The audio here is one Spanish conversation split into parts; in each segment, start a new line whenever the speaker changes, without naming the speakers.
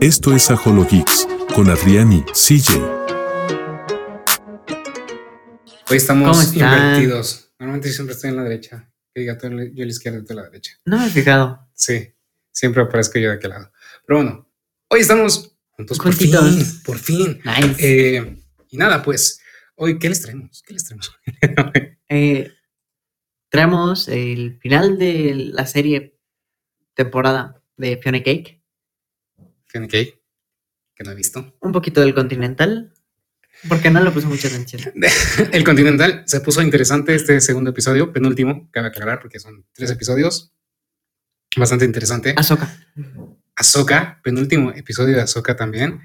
Esto es Ajolo Geeks con Adrián y CJ.
Hoy
¿Cómo
estamos
están?
invertidos. Normalmente yo siempre estoy en la derecha. Que diga tú en la- yo a la izquierda y tú a la derecha.
No me he fijado.
Sí, siempre aparezco yo de aquel lado. Pero bueno, hoy estamos juntos por fin.
Juntitos.
Por fin.
Nice. Eh,
Eh, y nada, pues, hoy, ¿qué les traemos? ¿Qué les traemos?
Eh, traemos el final de la serie temporada de Fiona Cake.
Fiona Cake, que no he visto.
Un poquito del continental. Porque no le puse mucha atención.
El Continental se puso interesante este segundo episodio, penúltimo, cabe aclarar, porque son tres episodios. Bastante interesante.
Azoka.
Ahsoka, penúltimo episodio de Ahsoka también.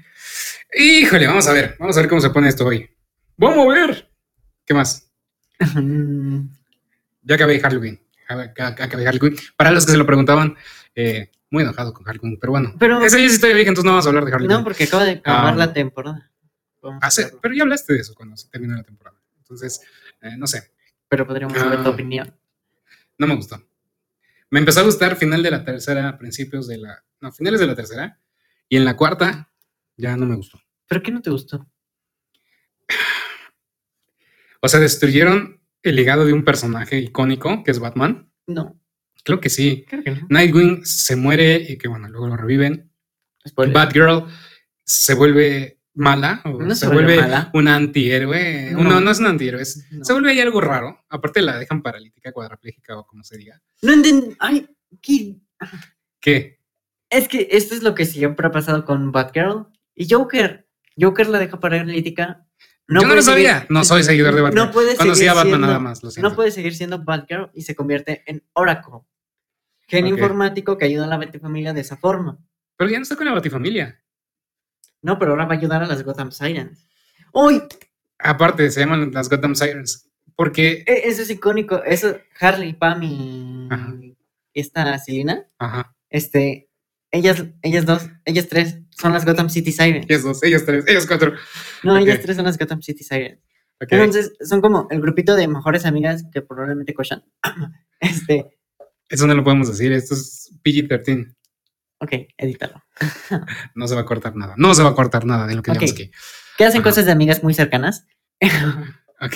Híjole, vamos a ver, vamos a ver cómo se pone esto hoy. Vamos a ver. ¿Qué más? Ya acabé Halloween. Ac- ac- Acabé Halloween. Para los que se lo preguntaban, eh, muy enojado con Halloween, pero bueno.
Pero-
Ese yo sí estoy vieja, entonces no vamos a hablar de Halloween.
no, porque acaba de acabar
Ah.
la temporada. Vamos a
Ah, sí,
verlo.
pero ya hablaste de eso cuando se terminó la temporada. Entonces, eh, no sé,
Pero podríamos saber
Ah.
tu opinión.
no me gustó. Me empezó a gustar final de la tercera, principios de la... No, finales de la tercera. Y en la cuarta ya no me gustó.
¿Pero qué no te gustó?
O sea, destruyeron el legado de un personaje icónico que es Batman.
No,
Creo que sí.
creo que no.
Nightwing se muere y que bueno, luego lo reviven.
Spoiler.
Batgirl se vuelve mala o
No
se, vuelve,
mala.
un antihéroe.
No.
No. no, es un antihéroe. es-
No.
Se vuelve ahí algo raro. Aparte la dejan paralítica, cuadraplégica o como se diga.
No entendí. Ay, ¿qué?
¿Qué?
Es que esto es lo que siempre ha pasado con Batgirl y Joker. Joker la deja paralítica.
Yo no
puede
lo
seguir-
sabía. No soy seguidor de Batman.
No puede
Conocí
seguir
a Batman
siendo,
nada más, lo siento.
No puede seguir siendo Batgirl y se convierte en Oracle. Genio
Ok.
informático que ayuda a la Batifamilia de esa forma.
Pero ya no está con la Batifamilia.
No, pero ahora va a ayudar a las Gotham Sirens. ¡Uy!
Aparte, se llaman las Gotham Sirens. Porque...
E- Eso es icónico. Eso, Harley, Pam y
Ajá.
esta Selina.
Ajá.
Este, ellas, ellas dos, ellas tres son las Gotham City Sirens.
Ellos dos, ellos tres, ellos cuatro.
No, ellas
Ok.
tres son las Gotham City Sirens.
Ok.
Entonces, son como el grupito de mejores amigas que probablemente cochan. Este,
Eso no lo podemos decir. Esto es PG-13.
ok, edítalo.
No se va a cortar nada. No se va a cortar nada de lo que digamos
Ok.
aquí.
Que hacen
Ajá.
cosas de amigas muy cercanas.
Ok.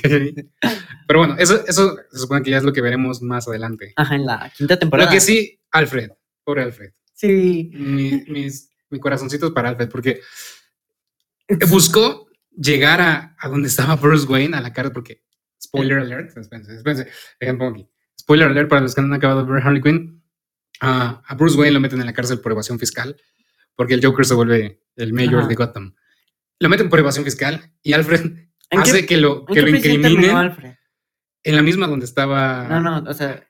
Pero bueno, eso, eso se supone que ya es lo que veremos más adelante.
Ajá, en la quinta temporada.
Lo que sí, Alfred. Pobre Alfred.
Sí.
Mi, mis, mi corazoncito es para Alfred porque buscó llegar a, a donde estaba Bruce Wayne, a la cara, porque.
Eh.
Spoiler alert. Espérense, espérense. Dejen, pongo aquí. Spoiler alert para los que no han acabado de ver Harley Quinn. a- a Bruce Wayne lo meten en la cárcel por evasión fiscal porque el Joker se vuelve el mayor
Ajá.
de Gotham. Lo meten por evasión fiscal y Alfred
¿En qué-
hace que lo,
en
que
qué
lo
prisión terminó
incriminen Ah.
Alfred?
en la misma donde estaba.
No, no, o sea,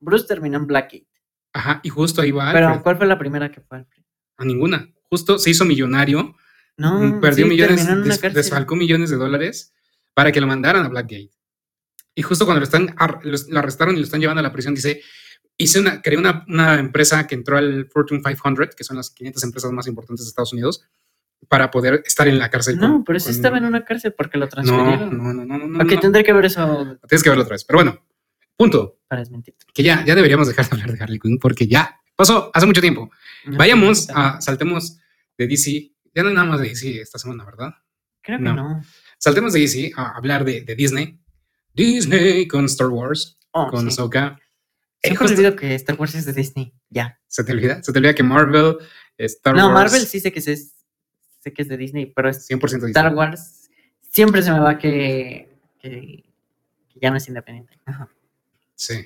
Bruce terminó en Blackie.
Ajá, y justo ahí va
Pero,
Alfred.
¿cuál fue la primera que fue Alfred?
A ninguna. Justo se hizo millonario,
No,
Mm, perdió
Mm, sí,
millones,
terminó en una
des-
cárcel.
desfalcó millones de dólares para que lo mandaran a Blackgate. Y justo cuando lo, están ar- lo, lo arrestaron y lo están llevando a la prisión, dice: Hice una, creé una, una empresa que entró al Fortune 500, que son las 500 empresas más importantes de Estados Unidos, para poder estar en la cárcel.
No,
con-
pero sí
con-
estaba en una cárcel porque lo
No,
transfirieron.
no, no, no, no, no,
ok,
no.
tendré que ver eso
Tienes que verlo otra vez. Pero bueno, punto.
para desmentirte.
que ya, ya deberíamos dejar de hablar de Harley Quinn porque ya pasó hace mucho tiempo.
No,
Vayamos
no,
a, saltemos de DC. Ya no hay nada más de DC esta semana, ¿verdad?
Creo que
no.
no.
Saltemos de DC a hablar de, de Disney. Disney con Star Wars,
Oh,
con
sí.
Ahsoka. Eh,
Siempre
justo-
olvido que Star Wars es de Disney. Ya.
¿Se te olvida? ¿Se te olvida que Marvel, eh, Star
No,
Wars...
Marvel sí sé que, es, sé que es de Disney, pero es
100% Disney.
Star Wars siempre se me va que, que, que ya no es independiente. Ajá.
Sí.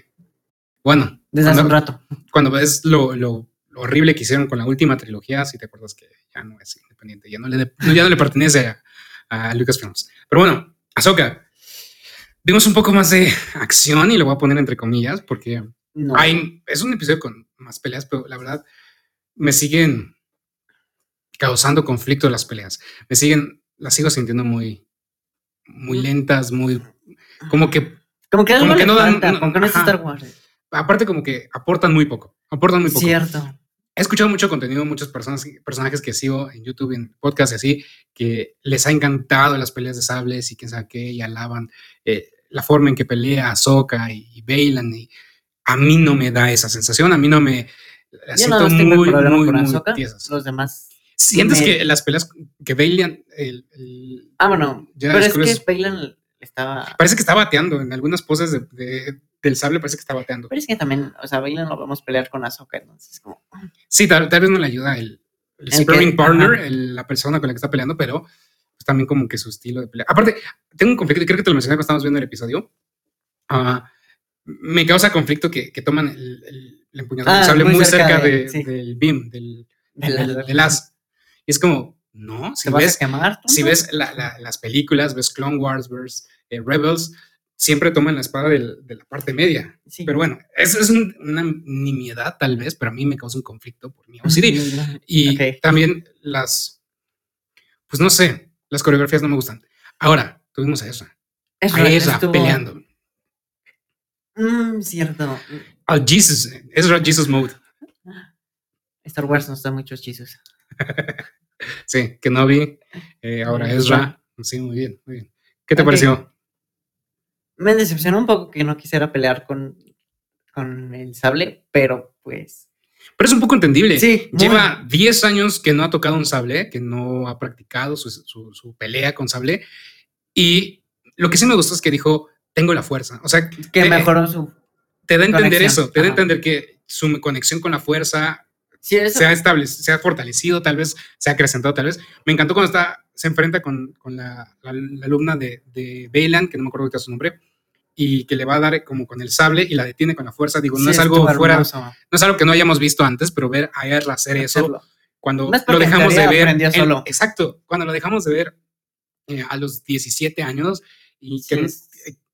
Bueno,
Desde hace un
Cuando-
rato.
cuando ves lo, lo- lo horrible que hicieron con la última trilogía, si te acuerdas que ya no es independiente, ya no le, de- no, ya no le pertenece a, a Lucasfilms. Pero bueno, Ahsoka, vimos un poco más de acción y lo voy a poner entre comillas porque
No.
hay, es un episodio con más peleas, pero la verdad me siguen causando conflicto las peleas. Me siguen, las sigo sintiendo muy, muy lentas, muy como que
como que algo
como que
le
no dan-
falta,
no-
como que no es
ajá.
Star Wars.
aparte como que aportan muy poco, aportan muy poco.
Cierto.
he escuchado mucho contenido, muchas personas, personajes que sigo en YouTube, en podcast y así, que les ha encantado las peleas de sables y quién sabe qué, y alaban eh, la forma en que pelea Ahsoka y, y Bailan. Y a mí no me da esa sensación, a mí no me. la
Yo
siento
no tengo
muy,
problema
muy,
con
muy
Ahsoka.
tiesas.
Los demás
¿Sientes
Me-
que las peleas que Valiant, el, el-
Ah, bueno.
ya
pero es
descubres-
que Phelan estaba.
parece que está bateando en algunas poses de- de- del sable, parece que está bateando.
Pero es que también, o sea, Phelan lo vamos a pelear con Ahsoka, entonces es como.
Sí, tal, tal vez no le ayuda el, el
El que-
sparring partner,
ajá.
el- la persona con la que está peleando, pero pues, también como que su estilo de pelea. Aparte, tengo un conflicto, y creo que te lo mencioné cuando estábamos viendo el episodio. Ah, me causa conflicto que, que toman el, el- la empuñadura del
Ah,
sable muy, cerca,
de-
de-
sí.
del beam, del,
de la-
del- del as. Y es como, no, si
¿Te vas
ves,
a quemar? tonto?
si ves la- la- las películas, ves Clone Wars, ves eh, Rebels, siempre toman la espada del- de la parte media.
Sí.
Pero bueno, eso es un- una nimiedad tal vez, pero a mí me causa un conflicto por mi OCD. Y
Ok.
también las, pues no sé, las coreografías no me gustan. Ahora, tuvimos a Ezra,
Ezra
a Ezra
estuvo-
peleando.
Mm, cierto.
Al Jesus, Ezra Jesus Mode.
Star Wars nos da muchos hechizos.
Sí, que no vi. eh, ahora
Ezra.
Ezra. Sí, muy bien, muy bien. ¿Qué te
Ok.
pareció?
Me decepcionó un poco que no quisiera pelear con, con el sable, pero pues.
Pero es un poco entendible.
Sí, muy-
Lleva 10 años que no ha tocado un sable, que no ha practicado su, su- su pelea con sable. Y lo que sí me gustó es que dijo, tengo la fuerza. O sea,
que
eh,
mejoró su.
te da a entender
Conexión,
eso, te da a
ajá.
entender que su conexión con la fuerza
Sí, eso.
se ha establecido, se ha fortalecido, tal vez se ha acrecentado, tal vez. Me encantó cuando está, se enfrenta con, con la, la- la alumna de, de Bailan, que no me acuerdo ahorita su nombre, y que le va a dar como con el sable y la detiene con la fuerza. Digo,
sí,
no es algo
estuvo
fuera, no
hermoso
es algo que no hayamos visto antes, pero ver a Erla hacer eso
hacerlo.
cuando
No es
lo
porque en
dejamos de
teoría
ver.
aprendió
en-
solo.
exacto, cuando lo dejamos de ver eh, a los 17 años y
Sí,
que
es-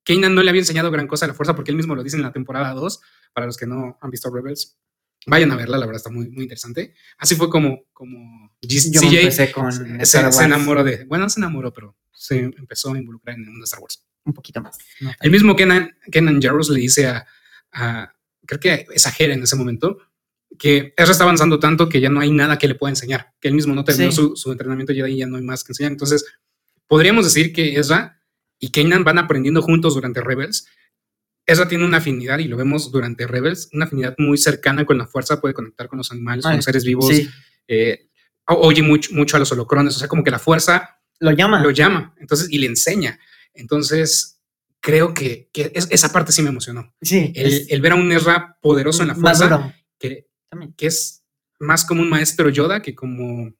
Kanan no le había enseñado gran cosa a la fuerza porque él mismo lo dice en la temporada 2, para los que no han visto Rebels. Vayan a verla, la verdad está muy, muy interesante. Así fue como, como G-
Yo
CJ
empecé con
se,
Star
se
Wars
enamoró de... Bueno, no se enamoró, pero se empezó a involucrar en el mundo de Star Wars.
un poquito más. no tanto.
El mismo Kenan, Kenan Jarrus le dice a, a- Creo que exagera en ese momento. Que Ezra está avanzando tanto que ya no hay nada que le pueda enseñar. Que él mismo no terminó
Sí.
su, su entrenamiento y ahí ya no hay más que enseñar. Entonces, podríamos decir que Ezra y Kenan van aprendiendo juntos durante Rebels. Ezra tiene una afinidad, y lo vemos durante Rebels, una afinidad muy cercana con la fuerza, puede conectar con los animales, con
Ay,
los seres vivos,
Sí,
eh, o- oye mucho, mucho a los holocrones, o sea, como que la fuerza
lo llama.
lo llama entonces y le enseña. Entonces, creo que, que es- esa parte sí me emocionó.
sí,
El,
es
el ver a un Ezra poderoso en la fuerza,
maduro,
que,
también.
que es más como un maestro Yoda que como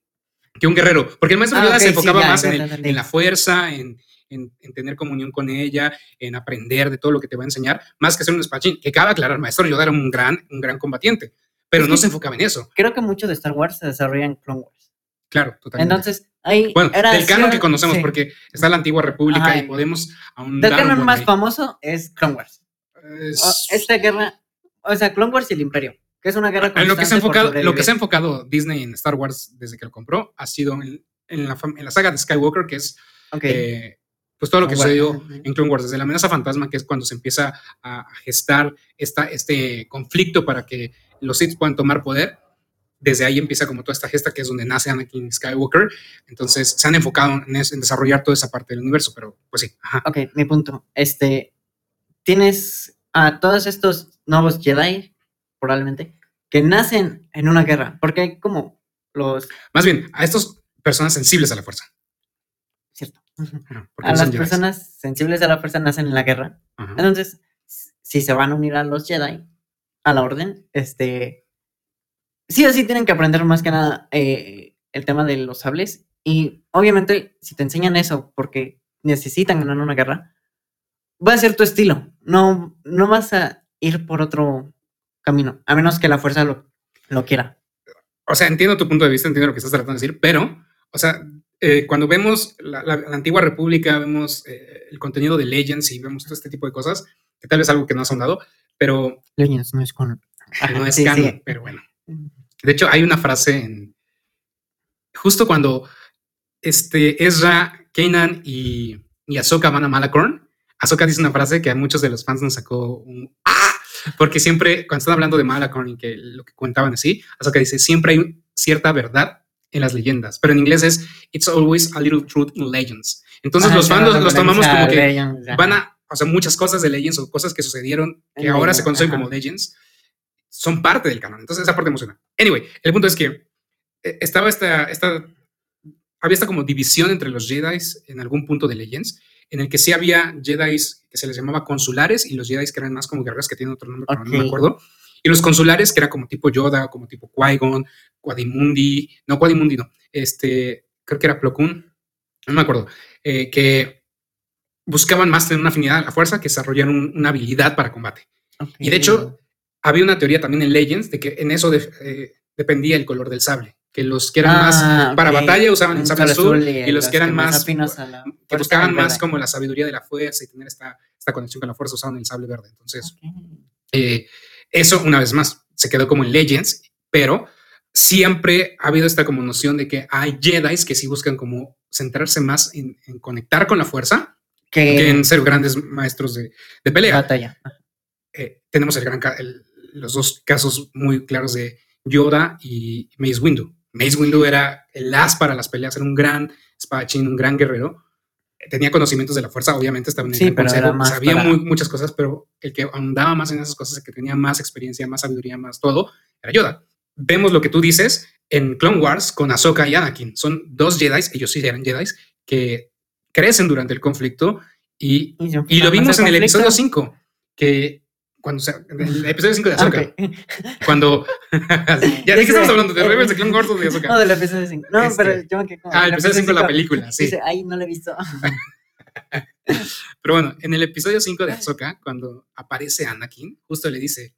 que un guerrero. Porque el maestro
Ah,
Yoda
ok,
se
sí,
enfocaba
ya,
más
ya
en,
te
el-
entendí.
en la fuerza, en, en- en tener comunión con ella, en aprender de todo lo que te va a enseñar, más que ser un espadachín. Que cabe aclarar, maestro Yoda era un gran, un gran combatiente, pero
Es
no
que-
se enfocaba en eso.
Creo que mucho de Star Wars se desarrolla en Clone Wars.
Claro, totalmente.
Entonces, ahí
bueno,
era
del canon que
cier-
conocemos,
sí.
porque está la antigua república
Ajá,
y podemos ahondar
Del
un
canon
buen
más
ahí.
famoso es Clone Wars. O-
Es-
Esta guerra, o sea, Clone Wars y el Imperio, que es una guerra
Ah, en lo que se ha
constante por
enfocado, lo que se ha
sobrevivir.
enfocado Disney en Star Wars desde que lo compró ha sido en, en la, fam- en la saga de Skywalker, que es
Ok. Ah,
eh, pues todo lo que
Bueno,
sucedió
ajá.
en Clone Wars, desde la amenaza fantasma, que es cuando se empieza a a gestar esta, este conflicto para que los Sith puedan tomar poder. Desde ahí empieza como toda esta gesta que es donde nace Anakin Skywalker. Entonces se han enfocado en, es- en desarrollar toda esa parte del universo, pero pues sí, ajá.
Ok, mi punto. Este, tienes a todos estos nuevos Jedi, probablemente, que nacen en una guerra, porque hay como los...
Más bien, a estas personas sensibles a la fuerza.
Cierto.
Ajá, porque
A
no son
las
Jedis.
personas sensibles a la fuerza nacen en la guerra.
Ajá.
Entonces, si se van a unir a los Jedi, a la orden, este... Sí o sí tienen que aprender más que nada eh, el tema de los sables. Y obviamente, si te enseñan eso porque necesitan ganar una guerra, va a ser tu estilo. No, no vas a ir por otro camino, a menos que la fuerza lo, lo quiera.
o sea, entiendo tu punto de vista, entiendo lo que estás tratando de decir, pero, o sea, eh, cuando vemos la, la- la antigua república, vemos eh, el contenido de Legends y vemos todo este tipo de cosas, que tal vez algo que no has ahondado, pero
Legends no es con...
no es
Sí, Mm.
canon,
sí.
pero bueno. De hecho, hay una frase en, justo cuando este, Ezra, Kanan y, y Ahsoka van a Malakorn, Ahsoka dice una frase que a muchos de los fans nos sacó un ¡ah! Porque siempre, cuando están hablando de Malakorn y que lo que contaban así, Ahsoka dice, siempre hay cierta verdad en las leyendas, pero en inglés es It's always a little truth in legends. Entonces
Ajá,
los
ya
fans los,
una
los tomamos
referencia
como que
a Legends, ajá.
van a, o sea, muchas cosas de Legends o cosas que sucedieron que
En
ahora se
Legends,
conocen
ajá.
como Legends son parte del canon. Entonces, esa parte emociona. Anyway, el punto es que eh, estaba esta, esta, había esta como división entre los Jedi en algún punto de Legends, en el que sí había Jedi que se les llamaba consulares y los Jedi que eran más como guerreros que tienen otro nombre, pero no
Ok.
me acuerdo. Y los consulares que era como tipo Yoda, como tipo Qui-Gon, Quadimundi, no Quadimundi, no, este, creo que era Plo Koon, no me acuerdo, eh, que buscaban más tener una afinidad a la fuerza que desarrollar un- una habilidad para combate.
Ok.
Y de hecho, había una teoría también en Legends de que en eso de- eh, dependía el color del sable. Que los que eran más
Ah,
para
ok.
batalla usaban el
Un
sable azul, y los que eran más-
afinos a la
que
fuerza
buscaban
del
más
verde.
como la sabiduría de la fuerza y tener esta, esta conexión con la fuerza usaban el sable verde. Entonces,
Ok.
eh, eso una vez más se quedó como en Legends, pero siempre ha habido esta como noción de que hay Jedi que sí buscan como centrarse más en, en conectar con la fuerza que
Que
en ser grandes maestros de, de pelea.
batalla.
eh, tenemos el gran ca- el- los dos casos muy claros de Yoda y Mace Windu. Mace Windu era el as para las peleas, era un gran espadachín, un gran guerrero. Eh, Tenía conocimientos de la fuerza, obviamente estaba en el
Sí,
gran
pero era
consejo,
más
sabía
para-
muy- muchas cosas, pero el que ahondaba más en esas cosas, el que tenía más experiencia, más sabiduría, más todo, era Yoda. Vemos lo que tú dices en Clone Wars con Ahsoka y Anakin. Son dos Jedi, ellos sí eran Jedi, que crecen durante el conflicto y y
Y, se
lo
enfocan más
vimos en el
conflicto.
episodio 5, que cuando se- en el episodio 5 de
Ah,
Azoka,
ok.
cuando ya
Ya
de qué estamos
sé.
hablando de Rebels de Clone Wars o de Azoka.
No, del episodio 5. No,
Este,
pero yo me quedé con
Ah, el episodio 5 de la película, sí.
Dice, ay, no lo he visto.
Pero bueno, en el episodio 5 de Azoka, cuando aparece Anakin, justo le dice,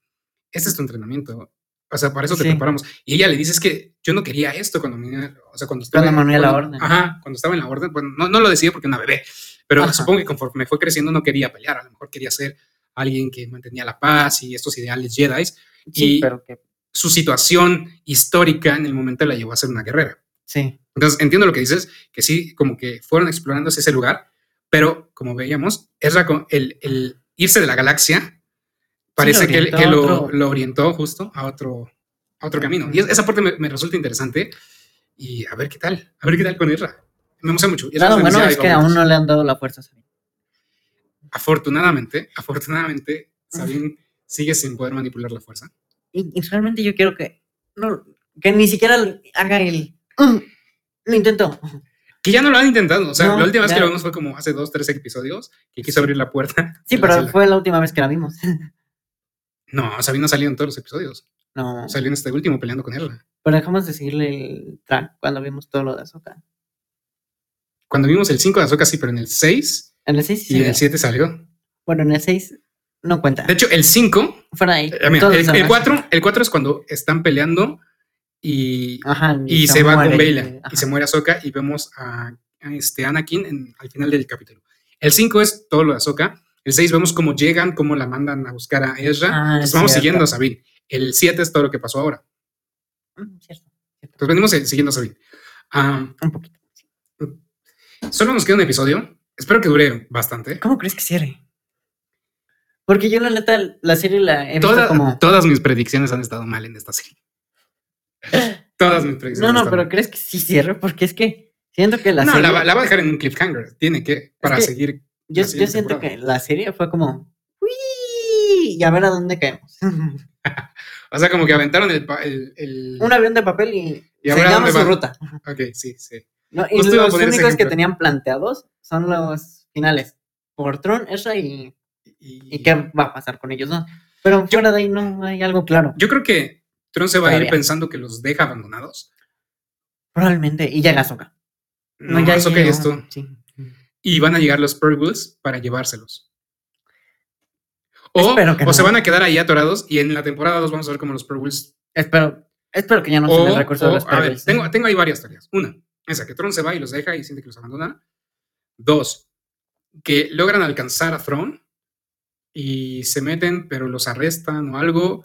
"Este es tu entrenamiento." O sea, para eso te
Sí.
preparamos. Y ella le dice, "Es que yo no quería esto cuando me, o sea, cuando
Cuando me uní a la orden.
Ajá, cuando estaba en la orden, bueno, no, no lo decía porque era una bebé, pero
Ajá.
supongo que conforme fue creciendo no quería pelear, a lo mejor quería ser alguien que mantenía la paz y estos ideales Jedi.
Sí,
Y-
pero que.
su situación histórica en el momento la llevó a ser una guerrera.
Sí.
Entonces, entiendo lo que dices, que sí, como que fueron explorándose ese lugar, pero como veíamos, Ezra, con- el, el irse de la galaxia parece que,
orientó
que
a
lo,
otro-
lo orientó justo a otro, a otro camino. Y es- esa parte me, me resulta interesante y a ver qué tal, a ver qué tal con Ezra. Me gusta mucho. Ezra
Claro,
de mis
bueno,
Jedi
es que
favoritos.
aún no le han dado la fuerza. a Sabine.
Afortunadamente, afortunadamente, Sabine sigue sin poder manipular la fuerza.
Y, y realmente yo quiero que. No, que ni siquiera haga el. "Mm, Lo intentó.
Que ya no lo han intentado. O sea,
No,
la última vez que
ya.
lo vimos fue como hace dos, tres episodios que quiso abrir la puerta. de
Sí,
la
pero
celda.
fue la última vez que la vimos.
No, Sabine no salió en todos los episodios.
No.
Salió en este último peleando con él.
Pero dejamos de seguirle el track cuando vimos todo lo de Azoka.
Cuando vimos el 5 de Azoka, sí, pero en el 6
En el 6
y en el 7 salió.
Bueno, en el 6 no cuenta.
De hecho, el 5,
Fuera de ahí.
eh, mira,
todos
el-
los
el
demás.
4 el 4 es cuando están peleando y,
Ajá.
y se, va con
muere,
Vela
ajá.
y se muere Azoka y vemos a, a este Anakin en- al final del capítulo. El 5 es todo lo de Azoka. El 6 vemos cómo llegan, cómo la mandan a buscar a Ezra.
Ah,
Entonces
es
vamos
cierto.
siguiendo a Sabine. El 7 es todo lo que pasó ahora.
Mm, cierto.
Entonces venimos eh, siguiendo a Sabine. Ah,
Un poquito.
solo nos queda un episodio. Espero que dure bastante.
¿Cómo crees que cierre? Porque yo, la neta, la serie la he visto
Toda-
como.
Todas mis predicciones han estado mal en esta serie. Todas mis
No,
predicciones.
no,
han
pero
estado
¿crees que sí cierre? Porque es que siento que la
mal. No,
serie.
la, va- la va a dejar en un cliffhanger. Tiene que, para
que-
seguir. la
yo, yo
siguiente
siento
temporada.
que la serie fue como. "Uy", Y a ver a dónde caemos.
O sea, como que aventaron el. pa- el, el-
Un avión de papel y,
Y a ver a
seguíamos
dónde
su
va.
ruta.
Ok, sí, sí.
No, y
Justo iba a
los
poner ese
únicos que
ejemplo.
tenían planteados son los finales. Por Tron, Ezra y,
Y,
y qué va a pasar con ellos dos. Pero fuera de ahí no hay algo claro.
Yo creo que Tron se va a ir
Todavía.
pensando que los deja abandonados.
Probablemente. Y llega Ahsoka.
No,
ya
Ahsoka y
llegó,
esto.
sí.
y van a llegar los Purgles para llevárselos. O,
Espero que
o
no.
se van a quedar ahí atorados y en la temporada 2 vamos a ver cómo los Purgles.
Espero, espero que ya no
o,
usen el recurso
o-
de los
a ver,
Purrells, ¿eh?
tengo, tengo ahí varias teorías. Una, esa, que Tron se va y los deja y siente que los abandona. Dos, que logran alcanzar a Tron y se meten, pero los arrestan o algo.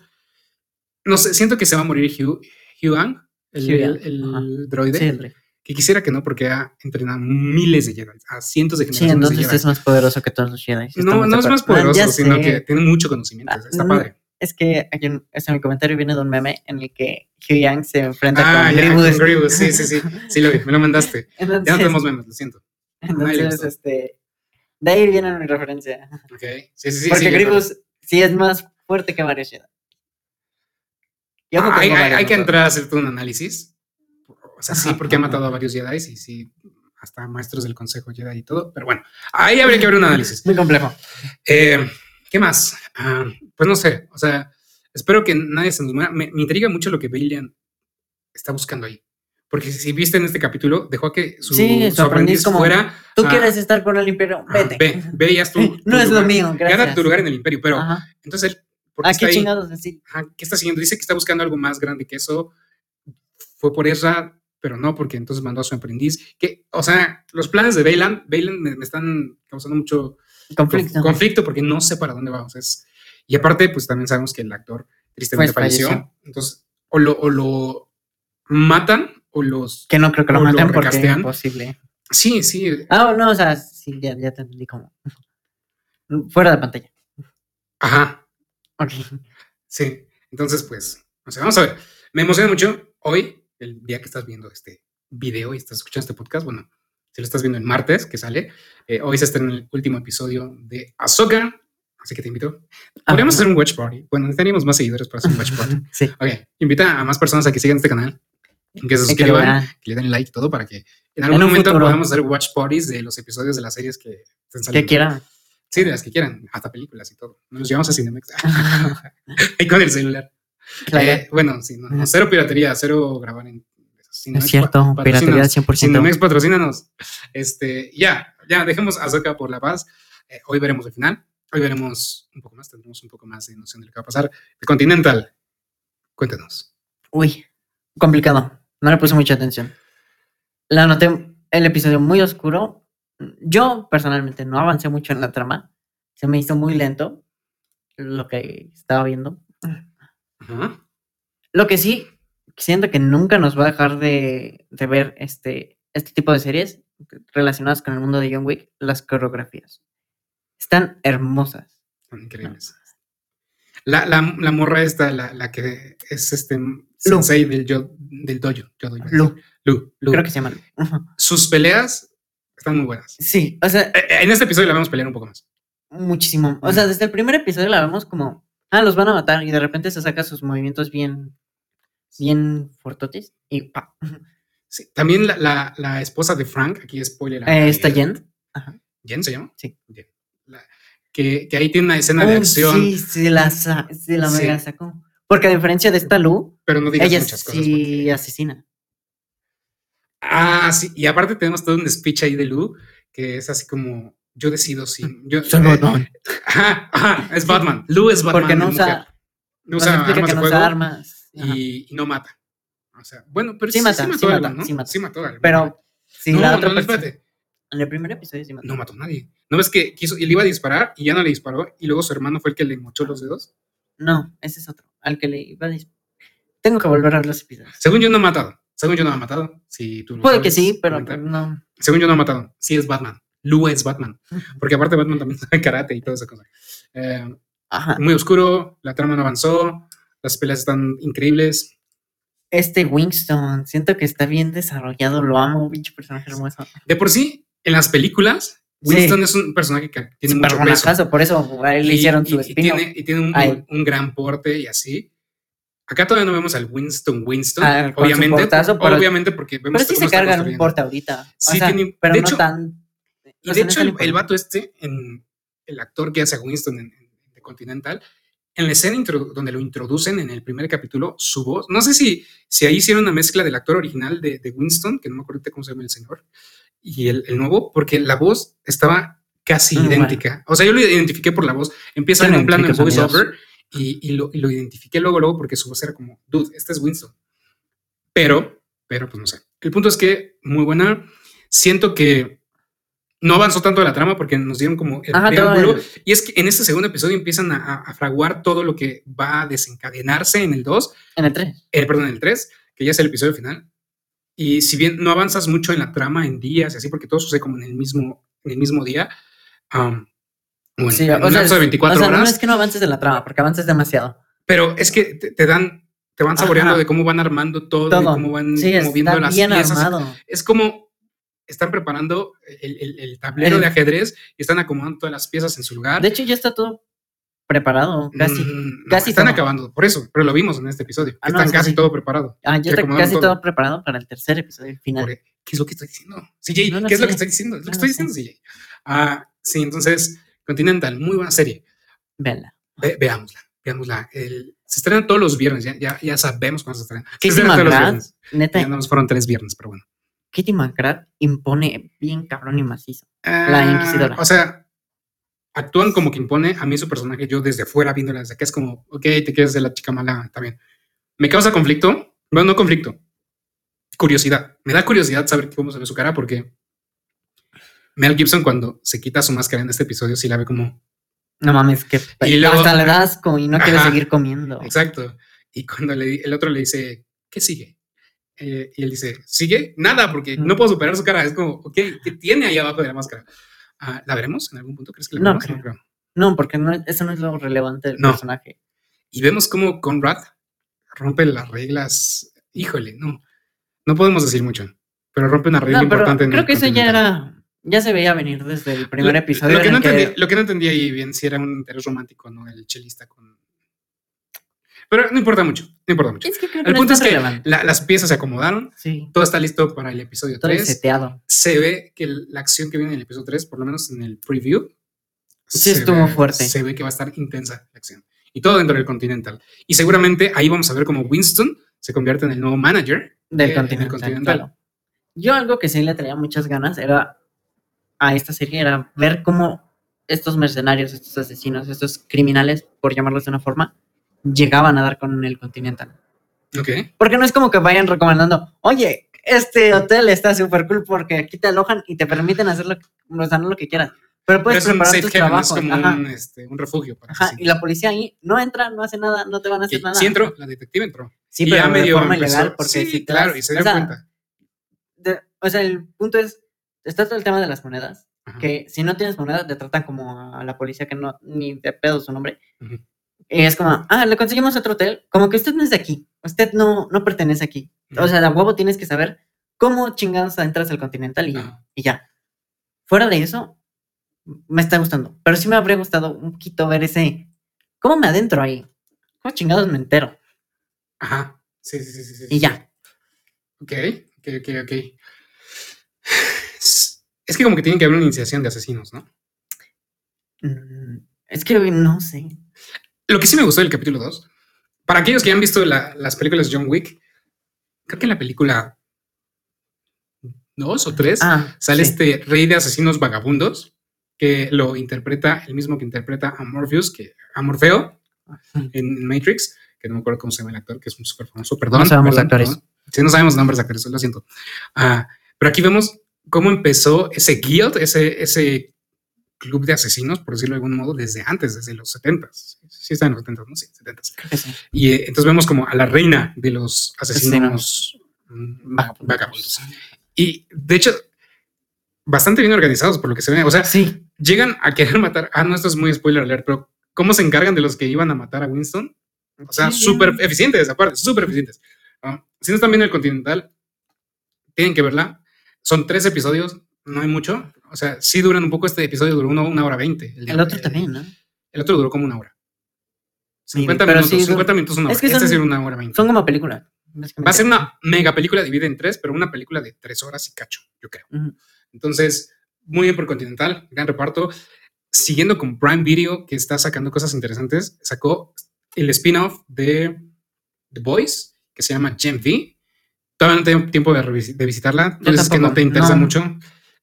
No sé, siento que se va a morir Hugh, Hugh Ang, el,
Hugh Ang,
el
ajá.
droide.
Sí, el rey.
Que quisiera que no, porque ha entrenado miles de Jedi, a cientos de
Sí,
generaciones de
entonces
Jedi.
es más poderoso que todos los Jedi. si
No,
estamos de
no es
acuerdo.
más
Ah,
poderoso,
ya
sino
sé.
que tiene mucho conocimiento.
Ah,
está
no,
padre.
Es que hay un- es en mi comentario viene de un meme en el que Hugh Yang se enfrenta
Ah,
con
ya,
Grievous.
con Grievous, sí, sí, sí. Sí, lo vi, me lo mandaste.
Entonces,
Ya no tenemos memes, lo siento. nadie le
entonces
gustó.
este, de ahí viene mi referencia.
Ok. Sí, sí, sí.
Porque
sí,
Grievous sí es más fuerte que varios Jedi. Y
yo creo.
ojo que
Hay,
tengo
hay-
varios
hay que
notados.
entrar a hacer todo un análisis. O sea, sí, porque ha matado a varios Jedi y sí, hasta maestros del Consejo Jedi y todo. Pero bueno, ahí habría que ver un análisis.
Muy complejo.
Eh, ¿Qué más? Ah, pues no sé. O sea, espero que nadie se nos muera. Me, me intriga mucho lo que Bailean está buscando ahí. Porque si viste en este capítulo, dejó que su,
Sí, su
su aprendiz
aprendiz como,
fuera.
Tú
ah,
quieres estar con el imperio,
ah,
vete.
Ve, ve y haz tu- tu
no es lo
lugar.
mío,
Gana
gracias.
tu lugar en el imperio. Pero
Ajá.
entonces él, ¿por qué
¿A
está
qué
ahí?
chingados así?
Ajá, ¿qué está siguiendo? Dice que está buscando algo más grande que eso. Fue por Ezra, pero no, porque entonces mandó a su aprendiz. Que, o sea, los planes de Bailan, Bailan me, me están causando mucho
Conflicto.
conf- conflicto porque no sé para dónde vamos. Es, y aparte, pues también sabemos que el actor tristemente
Pues,
falleció.
falleció.
Entonces, o lo, o lo matan o los...
que no creo que lo
O lo
maten porque es
recastean.
imposible.
Sí, sí.
Ah, no, o sea, sí, ya, ya te entendí como. Fuera de pantalla.
Ajá,
Ok.
sí. Entonces, pues, no sé, vamos a ver. Me emociona mucho hoy, el día que estás viendo este video y estás escuchando este podcast. Bueno, si lo estás viendo el martes que sale, eh, hoy se estrena el último episodio de Ahsoka. Así que te invito.
Ah,
Podríamos hacer un watch party. Bueno, necesitaríamos más seguidores para hacer un watch party.
Sí.
Ok, invita a más personas a que sigan este canal, que se
Y que lo
suscriban,
vean.
que le den like y todo para que en algún
un
momento
futuro.
podamos hacer watch parties de los episodios de las series que estén
Que
saliendo.
quieran.
Sí, de las que quieran, hasta películas y todo. Nos llevamos a Cinemex. Ahí con el celular.
Claro.
Eh, bueno, sí, no, no, cero piratería, cero grabar en
Es
Cinemex
cierto,
pa-
piratería
patrocínanos.
100%.
Cinemex, patrocínanos. Este, ya, ya, dejemos a Soca por la paz. Eh, hoy veremos el final. Hoy veremos un poco más, tendremos un poco más de noción de lo que va a pasar. The Continental, cuéntanos.
Uy, complicado. No le puse mucha atención. La noté el episodio muy oscuro. Yo personalmente no avancé mucho en la trama. Se me hizo muy lento lo que estaba viendo.
Ajá.
Lo que sí, siento que nunca nos va a dejar de, de ver este, este tipo de series relacionadas con el mundo de John Wick, las coreografías. Están hermosas.
Son
Ah.
increíbles. La, la, la morra esta, la, la que es este sensei del, yo, del dojo. Yo doy
Lu,
Lu, Lu.
creo que se llama Lu.
Sus peleas están muy buenas.
Sí, o sea,
Eh, En este episodio la vamos a pelear un poco más.
muchísimo. O sea, desde el primer episodio la vemos como, ah, los van a matar y de repente se saca sus movimientos bien, bien fortotes y pa,
Sí, también la, la, la esposa de Frank, aquí spoiler.
eh, está
Jen.
Jen.
¿Jen se llama?
Sí.
Jen. La- que, que ahí tiene una escena de
Oh,
acción,
Sí, se la, sa- se la
Sí.
mega sacó. Porque a diferencia de esta Lu,
pero no digas
ella
muchas cosas.
sí
porque-
asesina.
Ah, sí. Y aparte tenemos todo un speech ahí de Lu, que es así como, yo decido si... Yo,
Soy
eh,
Batman.
Ajá, ajá, es Batman. Lu es Batman.
Porque no
es mujer.
usa,
no usa
Nos explica
armas
que
de
no
fuego
usa armas. ajá.
y, y no mata. O sea, bueno, pero sí,
Sí
sí
mata,
mató
sí
a
mata,
alguien, ¿no?
sí mata.
mató a alguien.
Pero si
no,
la
no,
otra
no,
persona-
espérate,
En el primer episodio sí mató.
no mató a nadie. ¿No ves que quiso, él iba a disparar y ya no le disparó y luego su hermano fue el que le mochó los dedos?
No, ese es otro. Al que le iba a dis- Tengo que volver a ver los episodios.
Según yo no ha matado. Según yo no ha matado. Si tú lo
Puede que
sabes,
sí, pero
comenta.
no.
Según yo no ha matado. Sí es Batman. Lu es Batman. Porque aparte Batman también sabe karate y toda esa cosa. Eh,
Ajá.
muy oscuro, la trama no avanzó, las peleas están increíbles.
Este Winston, siento que está bien desarrollado. Lo amo, pinche personaje hermoso.
De por sí, en las películas, Winston es un personaje que tiene mucho peso.
Personajazo, por eso a él le
Y-
hicieron
y-
su
y
espino.
tiene, y tiene un,
a él.
un- un gran porte y así. Acá todavía no vemos al Winston Winston,
Ah, con su
obviamente.
portazo, pero-
obviamente porque
Pero
vemos
sí
cómo
se
está
cargan un
construyendo.
porte ahorita. O
Sí,
sea,
tiene-
pero
de
no
hecho-
tan.
Y de
o sea, no
hecho, el,
tan
el
importante.
vato este, en- el actor que hace a Winston en, en The Continental, en la escena introdu- donde lo introducen en el primer capítulo, su voz, no sé si, si ahí hicieron una mezcla del actor original de, de Winston, que no me acuerdo ahorita cómo se llama el señor, y el, el nuevo, porque la voz estaba casi
Mm, bueno.
idéntica. O sea, yo lo identifiqué por la voz. Empieza
Yo
en
no
un plano en
identifico sonidos.
voiceover y, y lo, y lo identifiqué luego, luego, porque su voz era como, dude, este es Winston. Pero, pero, pues no sé. El punto es que muy buena. Siento que no avanzó tanto la trama porque nos dieron como el
Ajá, todo
triángulo.
el-
Y es que en este segundo episodio empiezan a, a- a fraguar todo lo que va a desencadenarse en el 2,
En el 3.
eh, perdón, en el 3, que ya es el episodio final. Y si bien no avanzas mucho en la trama en días y así, porque todo sucede como en el mismo, en el mismo día, am, o en, en un lapso de 24
o sea,
horas,
no es que no avances de la trama, porque avances demasiado.
pero es que te, te dan, te van saboreando
Ajá.
de cómo van armando todo, de
Todo.
cómo van
Sí,
moviendo
está
las
bien
piezas
armado.
es como están preparando el, el- el tablero
El-
de ajedrez y están acomodando todas las piezas en su lugar.
De hecho, ya está todo preparado, casi.
Mm, no,
casi
están
todo.
acabando, por eso, pero lo vimos en este episodio.
Ah, no,
están
sí,
casi
sí.
todo preparado.
Ah, ya
se
está
acomodaron
casi
todo.
todo. preparado para el tercer episodio final.
Por- e-, ¿Qué es lo que estoy diciendo? CJ,
No lo
¿qué es lo
sé.
que estoy diciendo? Es lo que
No
estoy
lo
diciendo, CJ. Ah, sí, entonces, Continental, muy buena serie.
Véanla.
Ve- veámosla, veámosla. El- se estrena todos los viernes, ya, ya, ya sabemos cuándo se estrena. Se
Kitty
estrena todos los
McGrath,
viernes.
Neta,
Ya no nos fueron tres viernes, pero bueno.
Kitty McGrath impone bien cabrón y macizo.
Ah,
Inquisidora.
O sea, actúan como que impone a mí su personaje, yo desde fuera viéndola, desde que es como, ok, te quieres de la chica mala, está bien. Me causa conflicto, bueno, no conflicto, curiosidad. Me da curiosidad saber cómo se ve su cara porque Mel Gibson cuando se quita su máscara en este episodio sí la ve como,
No mames, que
Y luego-
hasta le das asco y no quiere
Ajá.
seguir comiendo.
exacto. Y cuando le, di- el otro le dice, ¿qué sigue? Eh, y él dice, ¿sigue? Nada, porque
Mm.
no puedo superar su cara. Es como, ok, ¿qué tiene ahí abajo de la máscara? Ah, ¿La veremos en algún punto? ¿Crees que la
No
veremos?
creo. No, porque no, eso no es lo relevante del
No.
personaje.
Y vemos cómo Conrad rompe las reglas. Híjole, no. No podemos decir mucho, pero rompe una regla
No, pero
importante. en
creo
el
que eso ya
Continental.
era. Ya se veía venir desde el primer
Lo-
episodio.
Lo que,
en
no
el que-
entendí, lo que no entendí ahí bien si era un interés romántico o no el chelista con. Pero no importa mucho, no importa mucho.
Es que creo que
El
no
punto es
está
que
relevante.
la- las piezas se acomodaron,
Sí,
todo está listo para el episodio
todo
3.
seteado.
Se ve que el- la acción que viene en el episodio 3, por lo menos en el preview,
Sí
se
estuvo
ve-
fuerte.
Se ve que va a estar intensa la acción. Y todo dentro del Continental. Y seguramente ahí vamos a ver cómo Winston se convierte en el nuevo manager
Del
eh,
continente.
Continental.
Yo algo que sí le traía muchas ganas era a esta serie, era ver cómo estos mercenarios, estos asesinos, estos criminales, por llamarlos de una forma, llegaban a dar con el Continental.
Ok.
Porque no es como que vayan recomendando, oye, este hotel está súper cool porque aquí te alojan y te permiten hacer lo que, o sea, no lo que quieras. Pero
Pero
puedes
es un
preparar
safe
tus
haven,
trabajos.
es como
Ajá,
un, este, un refugio. Para
ajá. Y
asesinos.
la policía ahí no entra, no hace nada, no te van a hacer
Y
nada.
sí entró, la detective entró.
Sí,
y
pero
ya
de
medio
forma
empezó-
ilegal porque
sí,
si te
claro,
das-
y se
o
dio
sea,
cuenta.
de- o sea, el punto es, está todo el tema de las monedas,
Ajá.
que si no tienes monedas te tratan como a la policía que no, ni de pedo su nombre.
Ujú.
Y es como, ah, le conseguimos otro hotel, como que usted no es de aquí, usted no, no pertenece aquí. O
Ujú.
sea, de a huevo tienes que saber cómo chingados entras al Continental y,
Ajá.
y ya. Fuera de eso, me está gustando, pero sí me habría gustado un poquito ver ese, ¿cómo me adentro ahí? ¿Cómo chingados me entero?
Ajá. Sí, sí, sí, sí, sí,
Y ya.
Ok, ok, ok, ok. Es que como que tiene que haber una iniciación de asesinos, ¿no?
Mm, Es que no sé.
Lo que sí me gustó del capítulo 2, para aquellos que ya han visto la- las películas de John Wick, creo que en la película 2 o 3
Ah,
sale
sí.
este rey de asesinos vagabundos que lo interpreta, el mismo que interpreta a Morpheus, que, a Morfeo
Ujú.
en Matrix, que no me acuerdo cómo se llama el actor, que es un súper famoso, perdón.
sabemos
perdón,
actores.
perdón. Sí, no sabemos nombres de actores, lo siento. Ah, pero aquí vemos cómo empezó ese guild, ese, ese club de asesinos, por decirlo de algún modo, desde antes, desde los 70s. Sí, está en los 70s, ¿no? Sí, 70s.
Creo que sí.
Y eh, entonces vemos como a la reina de los asesinos mm,
Vagabundos.
vagabundos. Y de hecho, bastante bien organizados por lo que se ve. O sea,
Sí,
llegan a querer matar. Ah, no, esto es muy spoiler alert, pero ¿cómo se encargan de los que iban a matar a Winston? O sea,
Sí,
súper
bien.
eficientes, aparte, súper eficientes. Ah, si no están viendo el Continental, tienen que verla. Son tres episodios, no hay mucho. O sea, sí duran un poco. Este episodio duró uno, una hora veinte.
el otro también, ¿no?
El otro duró como una hora.
Sí,
50
pero
minutos,
sí,
50 minutos, una hora.
es que
este
son-
sí era una hora veinte.
Son como películas. básicamente.
Va a ser una mega película dividida en tres, pero una película de tres horas y cacho, yo creo.
Ujú.
Entonces, muy bien por Continental, gran reparto. Siguiendo con Prime Video, que está sacando cosas interesantes, sacó el spin-off de The Boys, que se llama Gen V. Todavía no tengo tiempo de, revis- de visitarla. Tú
Yo
dices que no
tampoco,
te interesa
no.
mucho.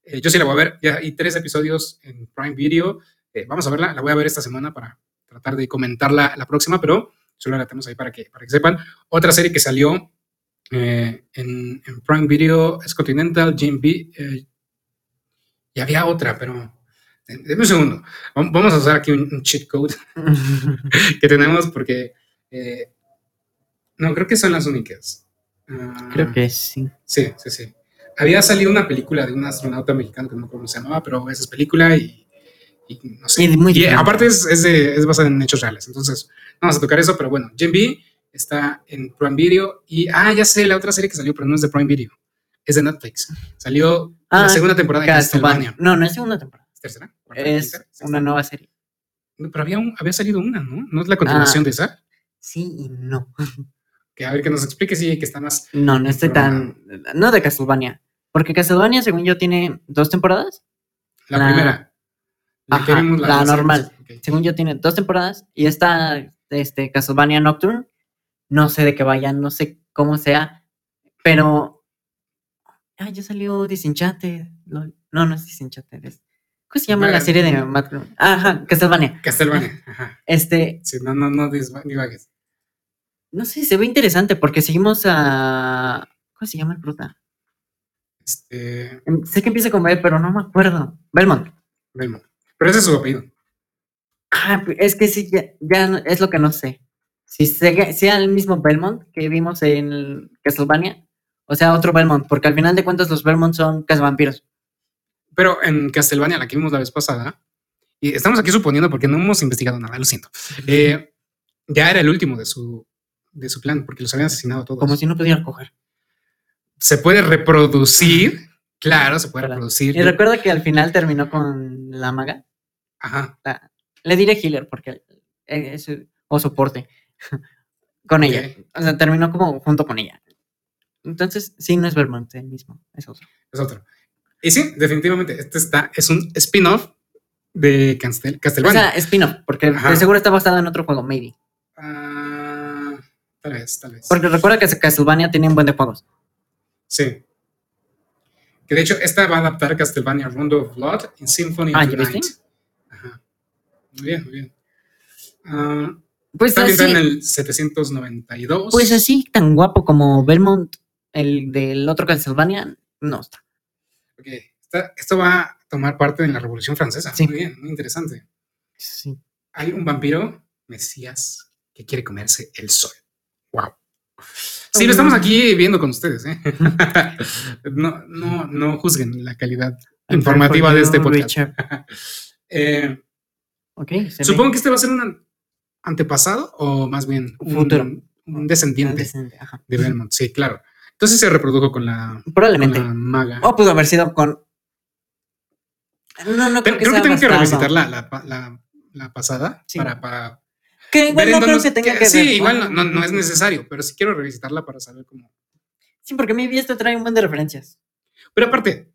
Eh, yo sí la voy a ver. Ya hay tres episodios en Prime Video. Eh, vamos a verla. La voy a ver esta semana para tratar de comentarla la próxima, pero solo la tenemos ahí para que, para que sepan. Otra serie que salió eh, en, en Prime Video es Continental, Gen V. eh, y había otra, pero. Deme un segundo. Vam- Vamos a usar aquí un, un cheat code que tenemos porque. eh, no, creo que son las únicas. Ah,
Creo que sí.
Sí, sí, sí. Había salido una película de un astronauta mexicano que no me acuerdo cómo se llamaba, pero esa es película y, y no sé.
Y muy
Y eh,
diferente.
aparte es, es de- es basada en hechos reales, entonces no vamos a tocar eso, pero bueno, Gen B está en Prime Video y, ah, ya sé, la otra serie que salió, pero no es de Prime Video, es de Netflix. Salió la
Ah,
segunda temporada de
Castlevania.
Castlevania.
No, no es segunda temporada.
¿Tercera? ¿Cuarta?
Es
¿Quinta? ¿Sexta?
una nueva serie.
Pero había, un- había salido una, ¿no? ¿No es la continuación
Ah.
de esa?
Sí y no.
Que a ver que nos explique si que está más.
No, no estoy
Pero
tan. No de Castlevania. Porque Castlevania, según yo, tiene dos temporadas.
La,
La-
primera. La, que
Ajá,
vimos
la
las-
normal.
ok.
Según yo, tiene dos temporadas. Y esta, este, Castlevania Nocturne, no sé de qué vaya, no sé cómo sea. Pero. Ah, ya salió Disenchate. No, no es Disenchate. ¿Cómo se llama la
Bueno.
serie de Matt Groening? Ajá, Castlevania.
Castlevania. Ajá.
Este,
Sí, no, no, no disva- divagues.
no sé, se ve interesante porque seguimos a. ¿Cómo se llama el prota?
Este.
Em, Sé que empieza con B, pero no me acuerdo. Belmont.
Belmont. Pero ese es su apellido.
Ah, pu- es que sí, ya, ya no- es lo que no sé. Si sea, sea el mismo Belmont que vimos en el Castlevania, o sea, otro Belmont, porque al final de cuentas los Belmont son cazavampiros.
Pero en Castlevania, la que vimos la vez pasada, y estamos aquí suponiendo porque no hemos investigado nada, lo siento. eh, ya era el último de su, de su plan, porque los habían asesinado a todos.
como si no pudiera coger.
Se puede reproducir, claro, se puede
Claro.
reproducir.
Y recuerda que al final terminó con la maga.
Ajá.
Le diré healer porque eh, es su- o soporte con ella.
Ok.
O sea, terminó como junto con ella. Entonces, sí, no es Belmont el mismo, es otro.
Es otro. Y sí, definitivamente, este está, es un spin-off de Castel-
O
Castlevania.
sea, spin-off, porque
Ajá.
de seguro está basado en otro juego, maybe.
Ah, tal vez, tal vez.
Porque recuerda que Castlevania tenía un buen de juegos.
Sí. Que de hecho, esta va a adaptar Castlevania Rondo of Blood y Symphony
Ah,
of the
¿ya viste?
Night. Ajá. Muy bien, muy bien. Ah,
Pues
está ambientada en
así-
el 792.
Pues así, tan guapo como Belmont, el del otro Castlevania, no está.
Ok, está- esto va a tomar parte en la Revolución Francesa.
Sí.
Muy bien, muy interesante.
Sí.
Hay un vampiro, Mesías, que quiere comerse el sol. Wow. Sí, lo estamos aquí viendo con ustedes. ¿eh? no, no, no juzguen la calidad informativa de este podcast.
Richard.
Eh,
Ok, se ve
Supongo que este va a ser un an- antepasado o más bien un,
Futuro.
un descendiente
decente, ajá.
de Belmont. Sí, claro. Entonces se reprodujo con la, con
Probablemente. Oh,
la maga.
O pudo haber sido con. No, no
Te- creo,
creo, que
que
sea
tengo que
bastardo.
revisitar la, la, pa- la- la pasada
Sí.
para, para
Que igual
ver
no
en
creo
dónde-
que tenga que,
que- Sí,
ver.
igual no, no- no es necesario, pero sí quiero revisitarla para saber cómo.
Sí, porque mi vida esto trae un buen de referencias.
Pero aparte,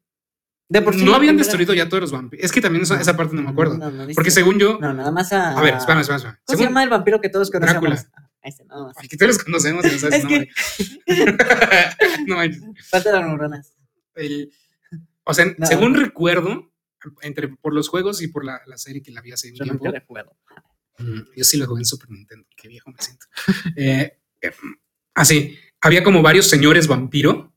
De por sí.
no
la
habían
primera-
destruido ya todos los vampiros. Es que también eso-
No,
esa parte no me acuerdo.
no, no,
porque
dice-
según yo.
No, nada más a.
a ver, espérame, espérame. espérame.
¿Cómo se
Según-
llama el vampiro que todos conocemos?
Drácula.
Ah, ese, nada más.
Ay, que todos los conocemos. y no sabes
Es
su
que-
nombre. no manches.
Falta las neuronas.
el- o sea,
No.
según recuerdo, entre por los juegos y por la, la serie que la vi hace un
Yo
tiempo,
nunca le juego.
mm, yo sí lo jugué en Super Nintendo, qué viejo me siento. Eh, eh, así, había como varios señores vampiro,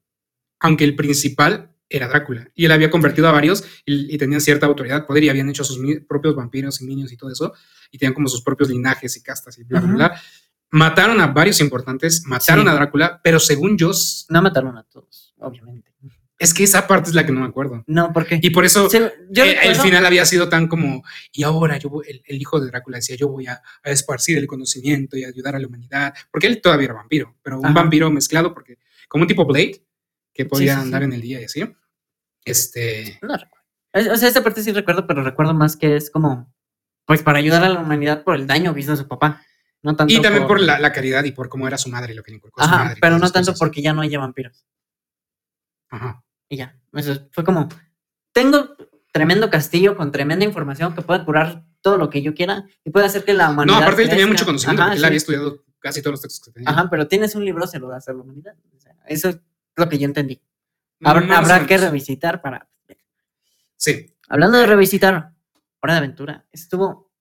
aunque el principal era Drácula, y él había convertido a varios y, y tenían cierta autoridad, poder, y habían hecho sus ni- propios vampiros y niños y todo eso, y tenían como sus propios linajes y castas y bla, bla,
Ujú.
bla. Mataron a varios importantes, mataron
Sí.
a Drácula, pero según yo, s-
No mataron a todos, obviamente.
es que esa parte es la que no me acuerdo.
No, porque.
Y por eso
Se- yo
Eh, el
recuerdo-
final había sido tan como, y ahora yo voy- el, el hijo de Drácula decía, yo voy a, a esparcir el conocimiento y ayudar a la humanidad, porque él todavía era vampiro, pero un
Ajá.
vampiro mezclado, porque como un tipo Blade, que podía
sí, sí.
andar en el día y así. Este,
No recuerdo. Es- O sea, esa parte sí recuerdo, pero recuerdo más que es como. Pues para ayudar a la humanidad por el daño que hizo su papá. No tanto
y también por la, la caridad y por cómo era su madre, lo que le inculcó su madre
Ajá,
y
pero
todas
no
esas
tanto
cosas.
porque ya no haya vampiros.
Ajá.
Y ya. Eso es- fue como. Tengo tremendo castillo con tremenda información que puede curar todo lo que yo quiera y puede hacer que la humanidad.
No, aparte él tenía
crezca.
mucho conocimiento,
Ajá,
porque él había
sí.
estudiado casi todos los textos que tenía.
Ajá, pero tienes un libro, se lo das a la humanidad. O sea, eso es lo que yo entendí. Habrá,
Más o
habrá que
menos.
revisitar para
Sí.
Hablando de revisitar, Hora de Aventura. Estuvo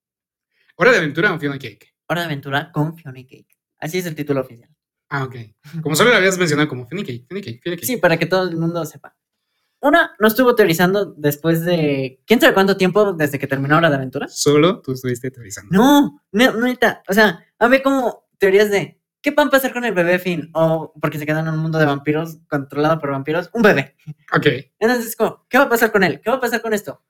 Hora de aventura o Fiona Cake.
Hora de Aventura con Fiona Cake. Así es el título oficial.
Ah, ok. Como solo lo habías mencionado como Fiona Cake, Fiona Cake, Fiona Cake.
Sí, para que todo el mundo sepa. Una, no estuvo teorizando después de. ¿Quién sabe cuánto tiempo desde que terminó Hora de Aventura?
Solo tú estuviste teorizando.
No, no, neta. O sea, había como teorías de. ¿Qué van a pasar con el bebé Finn? O porque se quedan en un mundo de vampiros controlado por vampiros. Un bebé.
Ok.
Entonces, es como, ¿qué va a pasar con él? ¿Qué va a pasar con esto?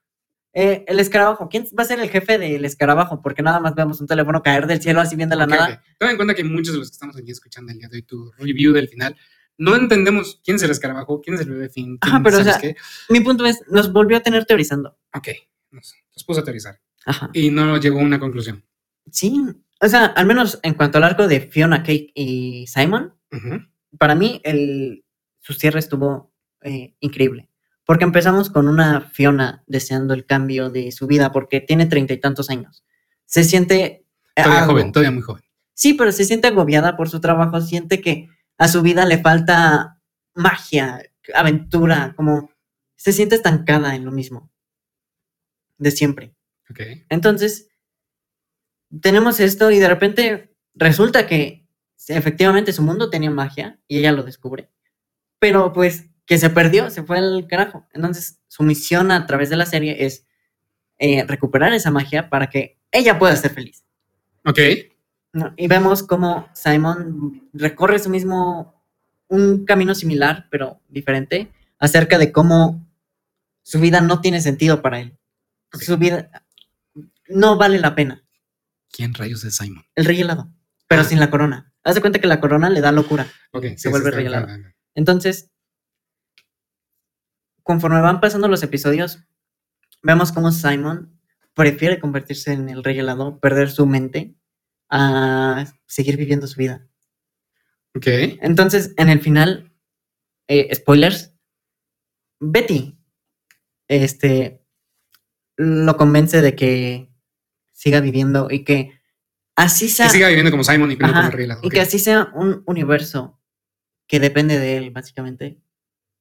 Eh, el escarabajo. ¿Quién va a ser el jefe del escarabajo? Porque nada más vemos un teléfono caer del cielo así bien de la
Ok,
nada.
ok. Ten en cuenta que muchos de los que estamos aquí escuchando el día de hoy tu review del final, no entendemos quién es el escarabajo, quién es el bebé fin.
Ajá,
quién-
pero, o
¿sabes
sea-
qué?
Mi punto es, nos volvió a tener teorizando.
Ok, nos, nos puso a teorizar.
Ajá.
y no llegó a una conclusión.
Sí. O sea, al menos en cuanto al arco de Fiona Cake y Simon,
Ujú.
para mí el, su cierre estuvo eh, increíble. Porque empezamos con una Fiona deseando el cambio de su vida porque tiene treinta y tantos años. Se siente... eh,
Todavía
ago-
joven, todavía muy joven.
Sí, pero se siente agobiada por su trabajo, siente que a su vida le falta magia, aventura, como se siente estancada en lo mismo de siempre.
Ok.
Entonces, tenemos esto y de repente resulta que se- efectivamente su mundo tenía magia y ella lo descubre, pero pues que se perdió, se fue al carajo. Entonces, su misión a través de la serie es eh, recuperar esa magia para que ella pueda ser feliz.
Ok.
¿no? Y vemos cómo Simon recorre su mismo, un camino similar, pero diferente, acerca de cómo su vida no tiene sentido para él.
Ok.
Su vida no vale la pena.
¿Quién rayos es Simon?
El rey helado, pero
Ah.
sin la corona. Haz de cuenta que la corona le da locura.
Ok. sí, sí,
vuelve
está-
regalado.
está- está-
Entonces, conforme van pasando los episodios, vemos cómo Simon prefiere convertirse en el rey helado, perder su mente, a seguir viviendo su vida.
Ok.
Entonces, en el final, eh, spoilers, Betty este, lo convence de que siga viviendo y que así sea,
Que siga viviendo como Simon y que no
Ajá,
como Rey Helado,
y
ok.
que así sea un universo que depende de él, básicamente.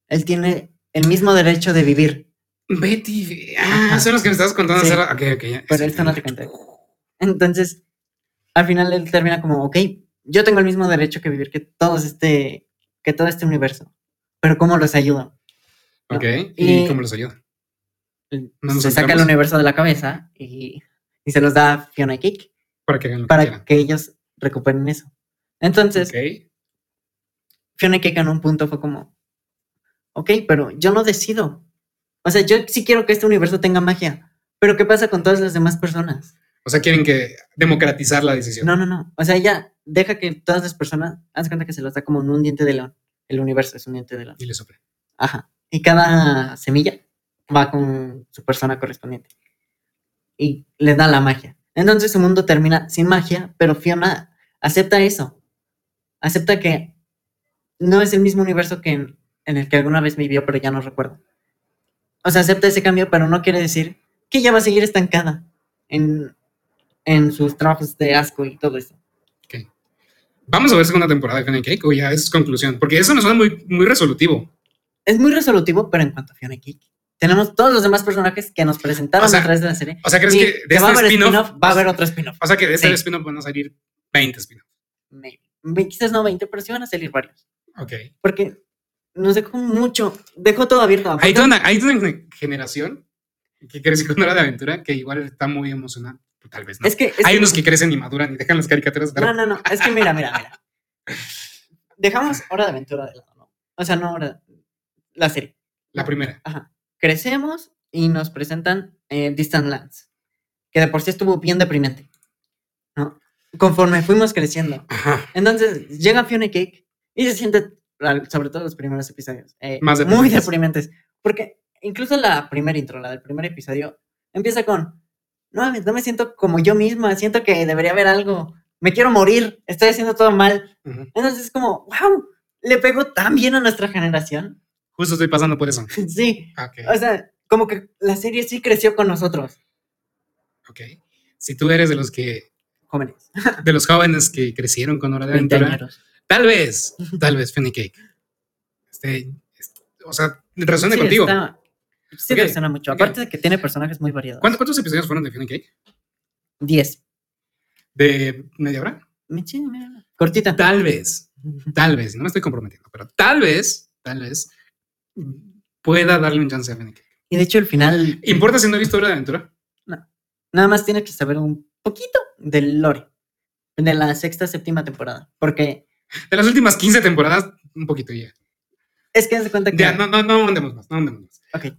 Él tiene el mismo derecho de vivir,
Betty. Ah,
Ajá.
son los que me estabas contando.
Sí.
hace rato. Ok, ok. ya.
pero él no te cuenta. Entonces, al final él termina como, ok, yo tengo el mismo derecho que vivir que, todos este, que todo este universo, pero ¿cómo los ayudo?
Ok.
Y-
¿Y cómo los ayuda? nos
se saca el
enteramos.
universo de la cabeza y, y se los da a Fiona y Cake
Para que hagan lo que
para
quieran.
que ellos recuperen eso. Entonces,
Ok.
Fiona y Cake en un punto fue como, ok, pero yo no decido. O sea, yo sí quiero que este universo tenga magia, pero ¿qué pasa con todas las demás personas?
O sea, quieren que democratizar la decisión.
No, no, no. O sea, ella deja que todas las personas, haz cuenta que se los da como en un diente de león. El universo es un diente de león.
Y le sopla.
Ajá. Y cada semilla va con su persona correspondiente. Y le da la magia. Entonces su mundo termina sin magia, pero Fiona acepta eso. Acepta que no es el mismo universo que en, en el que alguna vez vivió, pero ya no recuerdo. O sea, acepta ese cambio, pero no quiere decir que ella va a seguir estancada en, en sus trabajos de asco y todo eso.
Vamos a ver segunda temporada de Fiona y Cake o ya es conclusión. Porque eso nos suena muy, muy resolutivo.
Es muy resolutivo, pero en cuanto a Fiona y Kik, tenemos todos los demás personajes que nos presentaron
O sea,
a través de la serie.
O sea, ¿crees
Sí,
que de
va a
este
haber
spin-off.
spin-off, va a haber otro spin-off.
O sea, que de este
Sí.
spin-off van a salir 20 spin-offs.
Maybe. Ve- Quizás no 20, pero sí van a salir varios.
Ok.
Porque nos dejó mucho, dejó todo abierto.
Hay
aparte-
toda, una, hay toda una generación que creció con Hora de Aventura que igual está muy emocionada. Tal vez no.
es que, es
hay unos que crecen y maduran y dejan las caricaturas.
No,
Pero,
no, no. Es que mira, mira, mira. Dejamos Hora de Aventura de lado, ¿no? O sea, no Hora La serie.
la primera.
Ajá. Crecemos y nos presentan eh, Distant Lands. Que de por sí estuvo bien deprimente. ¿No? Conforme fuimos creciendo.
Ajá.
Entonces, llega Fiona y Cake y se siente, al- sobre todo los primeros episodios, eh,
Más
muy
deprimentes.
deprimentes. Porque incluso la primera intro, la del primer episodio, empieza con, no, mames, no me siento como yo misma, siento que debería haber algo, me quiero morir, estoy haciendo todo mal.
Ujú.
Entonces es como, wow, le pegó tan bien a nuestra generación.
Justo estoy pasando por eso.
sí, o
Ok.
sea, como que la serie sí creció con nosotros,
Ok. Si tú eres de los que,
jóvenes,
de los jóvenes que crecieron con Hora de Aventura,
veinteañeros.
tal vez, tal vez Fiona y Cake. Este, este, o sea, resuena
Sí,
contigo.
está- sí
Ok,
resuena mucho.
ok.
Aparte de que tiene personajes muy variados.
¿Cuánto- ¿Cuántos episodios fueron de Fiona y Cake?
10.
¿De media hora?
Me chinga, mira. Cortita.
Tal vez, tal vez, no me estoy comprometiendo, pero tal vez, tal vez mm, pueda darle un chance a Fennec.
Y de hecho, el final,
¿Importa si no he visto Hora de Aventura?
nada más tienes que saber un poquito del lore. De la sexta, séptima temporada. Porque
De las últimas 15 temporadas, un poquito ya.
es que haz de cuenta que.
Ya, no, no, no andemos más, no andemos más.
Ok.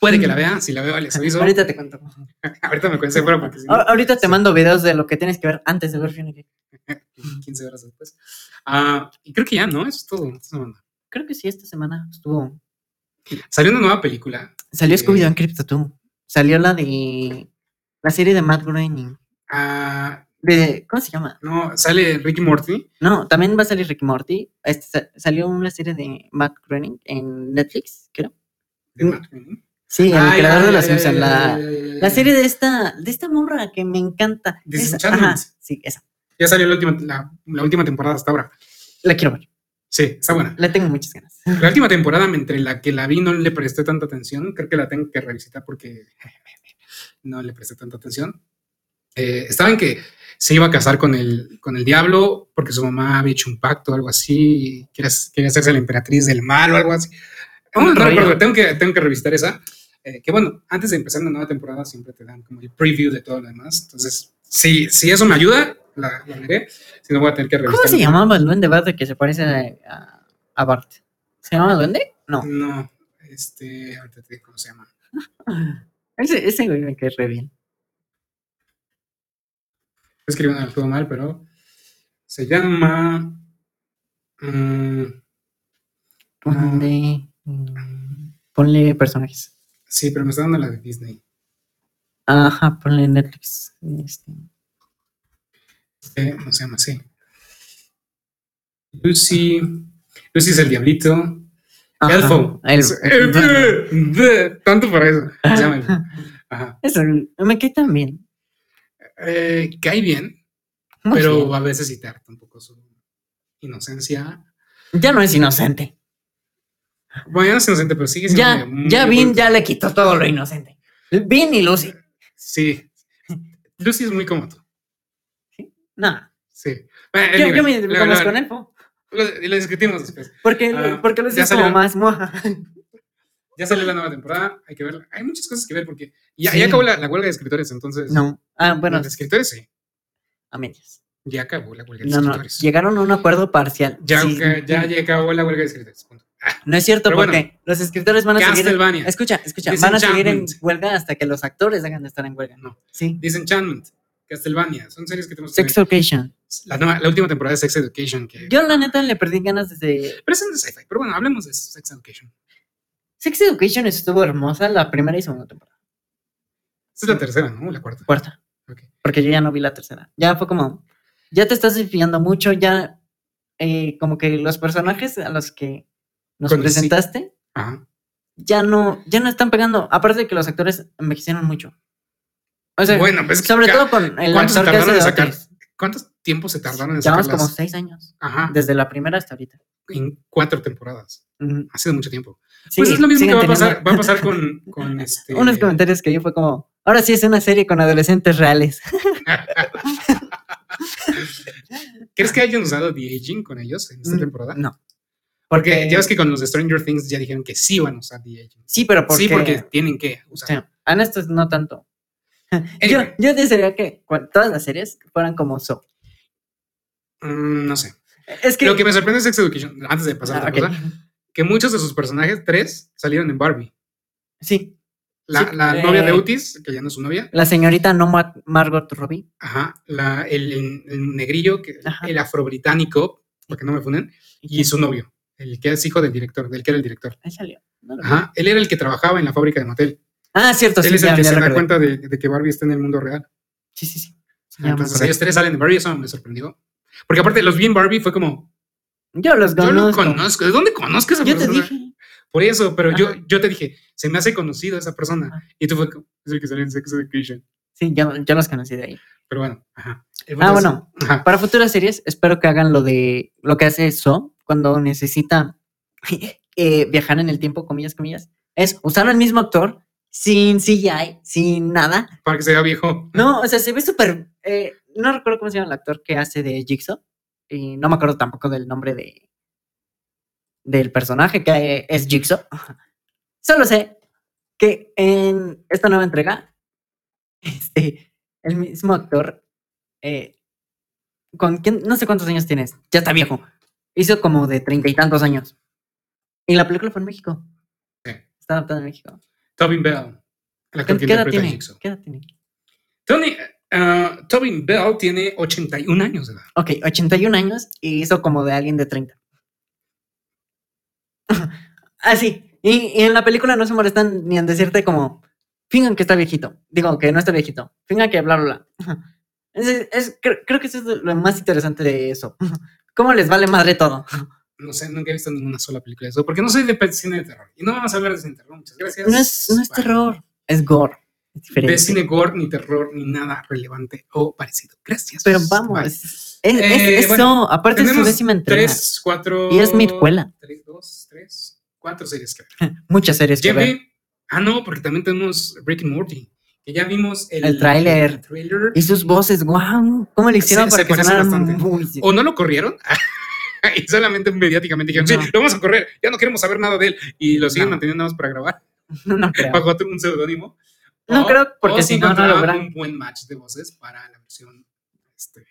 Puede que la vea, si la veo les aviso. Ahorita,
Ahorita Ah. te cuento.
me cuento fuera porque si no,
A- ahorita te mando videos de lo que tienes que ver antes de ver Fiona Gay.
15 horas después. Ah, y creo que ya, ¿no? Eso es todo. esta semana.
Creo que sí, esta semana estuvo.
Salió una nueva película.
Salió
Eh.
Scooby-Doo en Crypto Salió la de. La serie de Matt Groening.
Ah,
De, ¿Cómo se llama?
no, sale Ricky Morty.
No, también va a salir Ricky Morty. Este, sa- salió una serie de Matt Groening en Netflix, creo.
de
Mm.
Matt Groening.
Sí, el
Ah, ya,
creador
ya,
de la
ya,
Simpson.
ya,
La,
ya, ya, ya, ya.
la serie de esta, de esta morra que me encanta. Esa,
Disenchantment.
ajá, sí, esa.
Ya salió la última, la, la última temporada hasta ahora.
La quiero ver.
Sí, está buena.
La tengo muchas ganas.
La última temporada, entre la que la vi, no le presté tanta atención. Creo que la tengo que revisitar porque no le presté tanta atención. Eh, estaba en que se iba a casar con el, con el diablo porque su mamá había hecho un pacto o algo así. y Quería, quería hacerse la emperatriz del mal o algo así.
Oh,
no, no
rollo.
recuerdo, tengo que, tengo que revisitar esa. Eh, que bueno, antes de empezar una nueva temporada siempre te dan como el preview de todo lo demás. Entonces, si, si eso me ayuda, la, la veré. Si no, voy a tener que revisar.
¿Cómo se llamaba el duende verde que se parece a, a- a Bart? ¿Se llamaba duende? No.
No, este, ahorita te digo cómo se llama. Ah.
Ese, ese güey me cae re bien.
Escribiendo todo mal, pero se llama. mm, Ah.
Ponle, mm, ponle personajes.
sí, pero me está dando la de Disney.
Ajá, ponle Netflix. Este,
Eh, ¿Cómo se llama? Sí. Lucy. Lucy es el diablito.
ajá,
Elfo.
el-
Es- eh, bleh, bleh, tanto para eso. Se llama Elfo. Ajá.
Eso, me cae tan bien.
Eh, cae bien,
Muy
pero a veces sí tarda un poco su inocencia.
bien. Ya no es inocente.
Bueno, ya no es inocente, pero sigue siendo.
Ya,
muy
ya Vin
adulto.
ya le quitó todo lo inocente. Vin y Lucy.
Sí. Lucy es muy cómodo.
No,
Sí. Bueno,
yo,
anyway,
yo me
lo-
identifico más
lo-
con Elfo.
lo- lo discutimos después.
Porque,
Ah,
porque Lucy
ya
es como
salió.
más moja.
Ya salió la nueva temporada, hay que verla. Hay muchas cosas que ver porque ya,
Sí.
ya acabó la, la huelga de escritores, entonces.
No. Ah, bueno,
Los de escritores sí.
a medias.
Ya acabó la huelga de
No, no,
escritores.
llegaron a un acuerdo parcial.
ya,
Sí,
ca- ya, ya acabó la huelga de escritores. punto.
No es cierto,
Pero
porque
bueno.
los escritores van a seguir.
Castlevania.
Escucha, escucha, van a seguir en
Disenchantment.
huelga hasta que los actores dejan de estar en huelga.
No.
Sí.
Disenchantment. Castlevania. Son series que tenemos que ver.
Sex Education.
La, nueva- la última temporada de Sex Education. Que,
Yo, la neta, le perdí ganas desde.
Pero es en sci-fi. Pero bueno, hablemos de Sex Education.
Sex Education estuvo hermosa la primera y segunda temporada.
Esta es la tercera, ¿no? La cuarta.
Cuarta.
Ok.
Porque yo ya no vi la tercera. Ya fue como. Ya te estás desviando mucho, ya. eh, como que los personajes a los que nos
Con el sí.
presentaste
Ajá.
ya no, ya no están pegando. Aparte de que los actores envejecieron mucho. O sea,
bueno, pues.
sobre
ca-
todo con el
¿cuántos
actor que hace
tardaron
de
en sacar?
Otis.
¿Cuántos tiempos se tardaron en
Llevamos como
sacarlas?
seis años.
Ajá.
Desde la primera hasta ahorita.
En cuatro temporadas.
Ujú.
Ha sido mucho tiempo.
Sí,
pues es lo mismo que
siguen
va a pasar,
teniendo
va a pasar con, con este.
Unos comentarios que yo fue como, ahora sí es una serie con adolescentes reales.
¿Crees que hayan usado The Aging con ellos en esta
Mm,
temporada?
No.
Porque
Porque-
ya ves que con los de Stranger Things ya dijeron que sí van a usar The Aging.
Sí, pero porque...
Sí, porque tienen que
o
usar.
sea, a estos no tanto. Yo,
Anyway,
yo desearía que cua- todas las series fueran como So.
mm, no sé.
Es que...
Lo que me sorprende es Sex Education, antes de pasar a
Ah,
otra
ok.
cosa, que muchos de sus personajes, tres, salieron en Barbie.
Sí,
La,
Sí,
la
eh.
novia de Otis, que ya no es su novia.
la señorita no Ma- Margot Robbie.
Ajá. La, el, el- el negrillo, que,
Ajá.
el afrobritánico, porque no me funen. Y su novio, el que es hijo del director, del que era el director.
Ahí salió. No lo vi.
Ajá, él era el que trabajaba en la fábrica de motel.
Ah, cierto,
él
sí,
es el
ya,
que
ya
se da
recordé.
cuenta de, de que Barbie está en el mundo real.
Sí, sí, sí. Ya me
Entonces
acordé.
ellos tres salen de Barbie, eso me sorprendió. Porque aparte, los vi en Barbie fue como,
Yo los
yo lo
conozco.
conozco, ¿de dónde conozco a esa
Yo te
persona?
dije.
Por eso, pero yo,
Ajá.
yo te dije, se me hace conocido esa persona.
Ajá.
Y tú fue como, es el que sale en Sex Education.
Sí, yo, yo los conocí de ahí.
Pero bueno, ajá. El punto
Ah,
es-
bueno.
Ajá.
Para futuras series, espero que hagan lo de lo que hace So cuando necesita eh, viajar en el tiempo, comillas, comillas. Es usar al mismo actor sin CGI, sin nada.
Para que se vea viejo.
No, o sea, se ve súper. eh, no recuerdo cómo se llama el actor que hace de Jigsaw. Y no me acuerdo tampoco del nombre de del personaje que eh, es Jigsaw. Solo sé que en esta nueva entrega, este, el mismo actor, eh, con quien, no sé cuántos años tienes, ya está viejo, hizo como de treinta y tantos años. Y la película fue en México.
Sí.
Está adaptada en México.
Tobin Bell. El actor
¿Qué,
que
qué edad
interpreta a
tiene?
Jigsaw.
¿Qué edad tiene?
Tony, ah, Tobin Bell tiene 81 años de edad.
Ok, 81 años y hizo como de alguien de 30. Así. Y, y en la película no se molestan ni en decirte como, Fingan que está viejito. Digo, que no está viejito. Fingan que bla, bla, bla. Es, es- cre- creo, que eso es lo más interesante de eso. ¿Cómo les vale madre todo?
No sé, nunca he visto ninguna sola película de eso, porque no soy de pe- cine de terror. Y no vamos a hablar de cine de terror, muchas gracias.
No es, no es
Bye.
terror, es gore. Es diferente.
De cine gore, ni terror, ni nada relevante o parecido. Gracias.
Pero vamos,
Bye.
es, es-
Eh,
es eso.
bueno,
Aparte es su
Tenemos
décima entrega.
tres, cuatro...
Y es mi escuela.
Tres, dos, tres, cuatro series que ver.
Muchas series que
Ya
ver.
vi- Ah, no, porque también tenemos Rick and Morty. Que ya vimos el,
El tráiler.
el tráiler.
Y sus voces, wow. ¿Cómo le hicieron
Se-
para
se
que
parecen
sonaran
bastante.
muy...
O no lo corrieron. y solamente mediáticamente dijeron,
No.
sí, lo vamos a correr. Ya no queremos saber nada de él. Y lo siguen
No.
manteniendo nada más para grabar.
No, no creo.
Bajo otro- un seudónimo. Oh,
No
O-
creo, porque
o
si
se
no, no
encontraba
logran.
un buen match de voces para la versión este,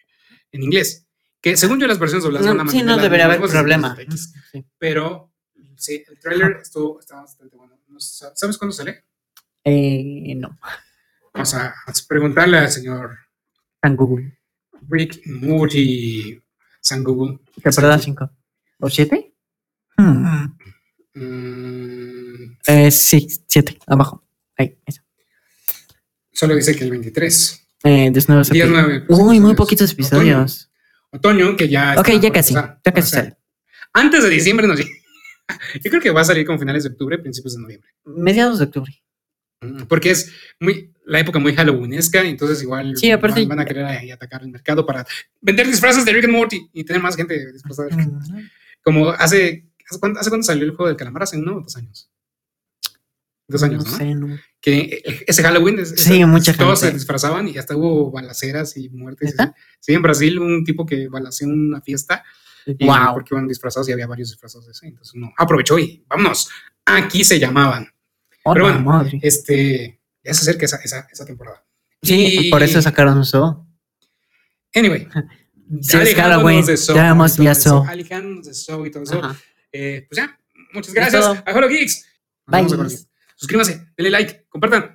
en inglés. Que según yo las versiones dobladas van a
No, sí,
mantener
no
las
debería
mismas
haber
voces,
problema.
los X.
Sí.
Pero sí, el trailer estuvo, estaba bastante bueno. No sa- ¿Sabes cuándo sale?
Eh, no,
Vamos a preguntarle al señor
San Google.
Rick Moody, San Google.
Temporada 5. ¿O 7? Mm.
Mm,
Eh, sí, 7. Abajo. Ahí, eso.
solo dice que el 23.
Eh, 19 de
19.
Uy, muy poquitos episodios.
Otoño, que ya.
Ok,
está
ya
por
casi.
empezar,
Ya
por
casi
hacer.
sale.
Antes de diciembre nos llega. Yo creo que va a salir como finales de octubre, principios de noviembre.
Mediados de octubre.
Porque es muy la época muy halloweenesca, entonces igual
Sí, aparte-
van, van a querer ahí atacar el mercado para vender disfraces de Rick and Morty y tener más gente disfrazada.
Mm,
de Rick. Como hace ¿hace cuánto, hace cuánto salió el juego del calamar? ¿Hace uno o dos años? Dos años,
no
¿no?
sé, no.
Que eh, ese Halloween es-
Sí,
es-
mucha
todos se
gente.
disfrazaban y hasta hubo balaceras y muertes. y
¿Neta?
así. Sí, en Brasil un tipo que balació en una fiesta y
Wow.
Porque iban disfrazados y había varios disfrazados de eso. Entonces uno aprovechó y vámonos. Aquí se llamaban.
Hola,
bueno,
madre.
Este, ya se acerca esa, esa, esa temporada.
Sí,
y-
por eso sacaron eso.
Anyway,
Sí, es
alejándonos
Halloween.
de Saw
Ya
y
hemos
todo
visto.
eso, Alejándonos de show y todo eso.
Ajá.
Eh, pues ya, muchas
Es
gracias
todo.
a Hello Geeks. Nos
Bye.
vemos en Hello Geeks. Suscríbanse, denle like, compartan.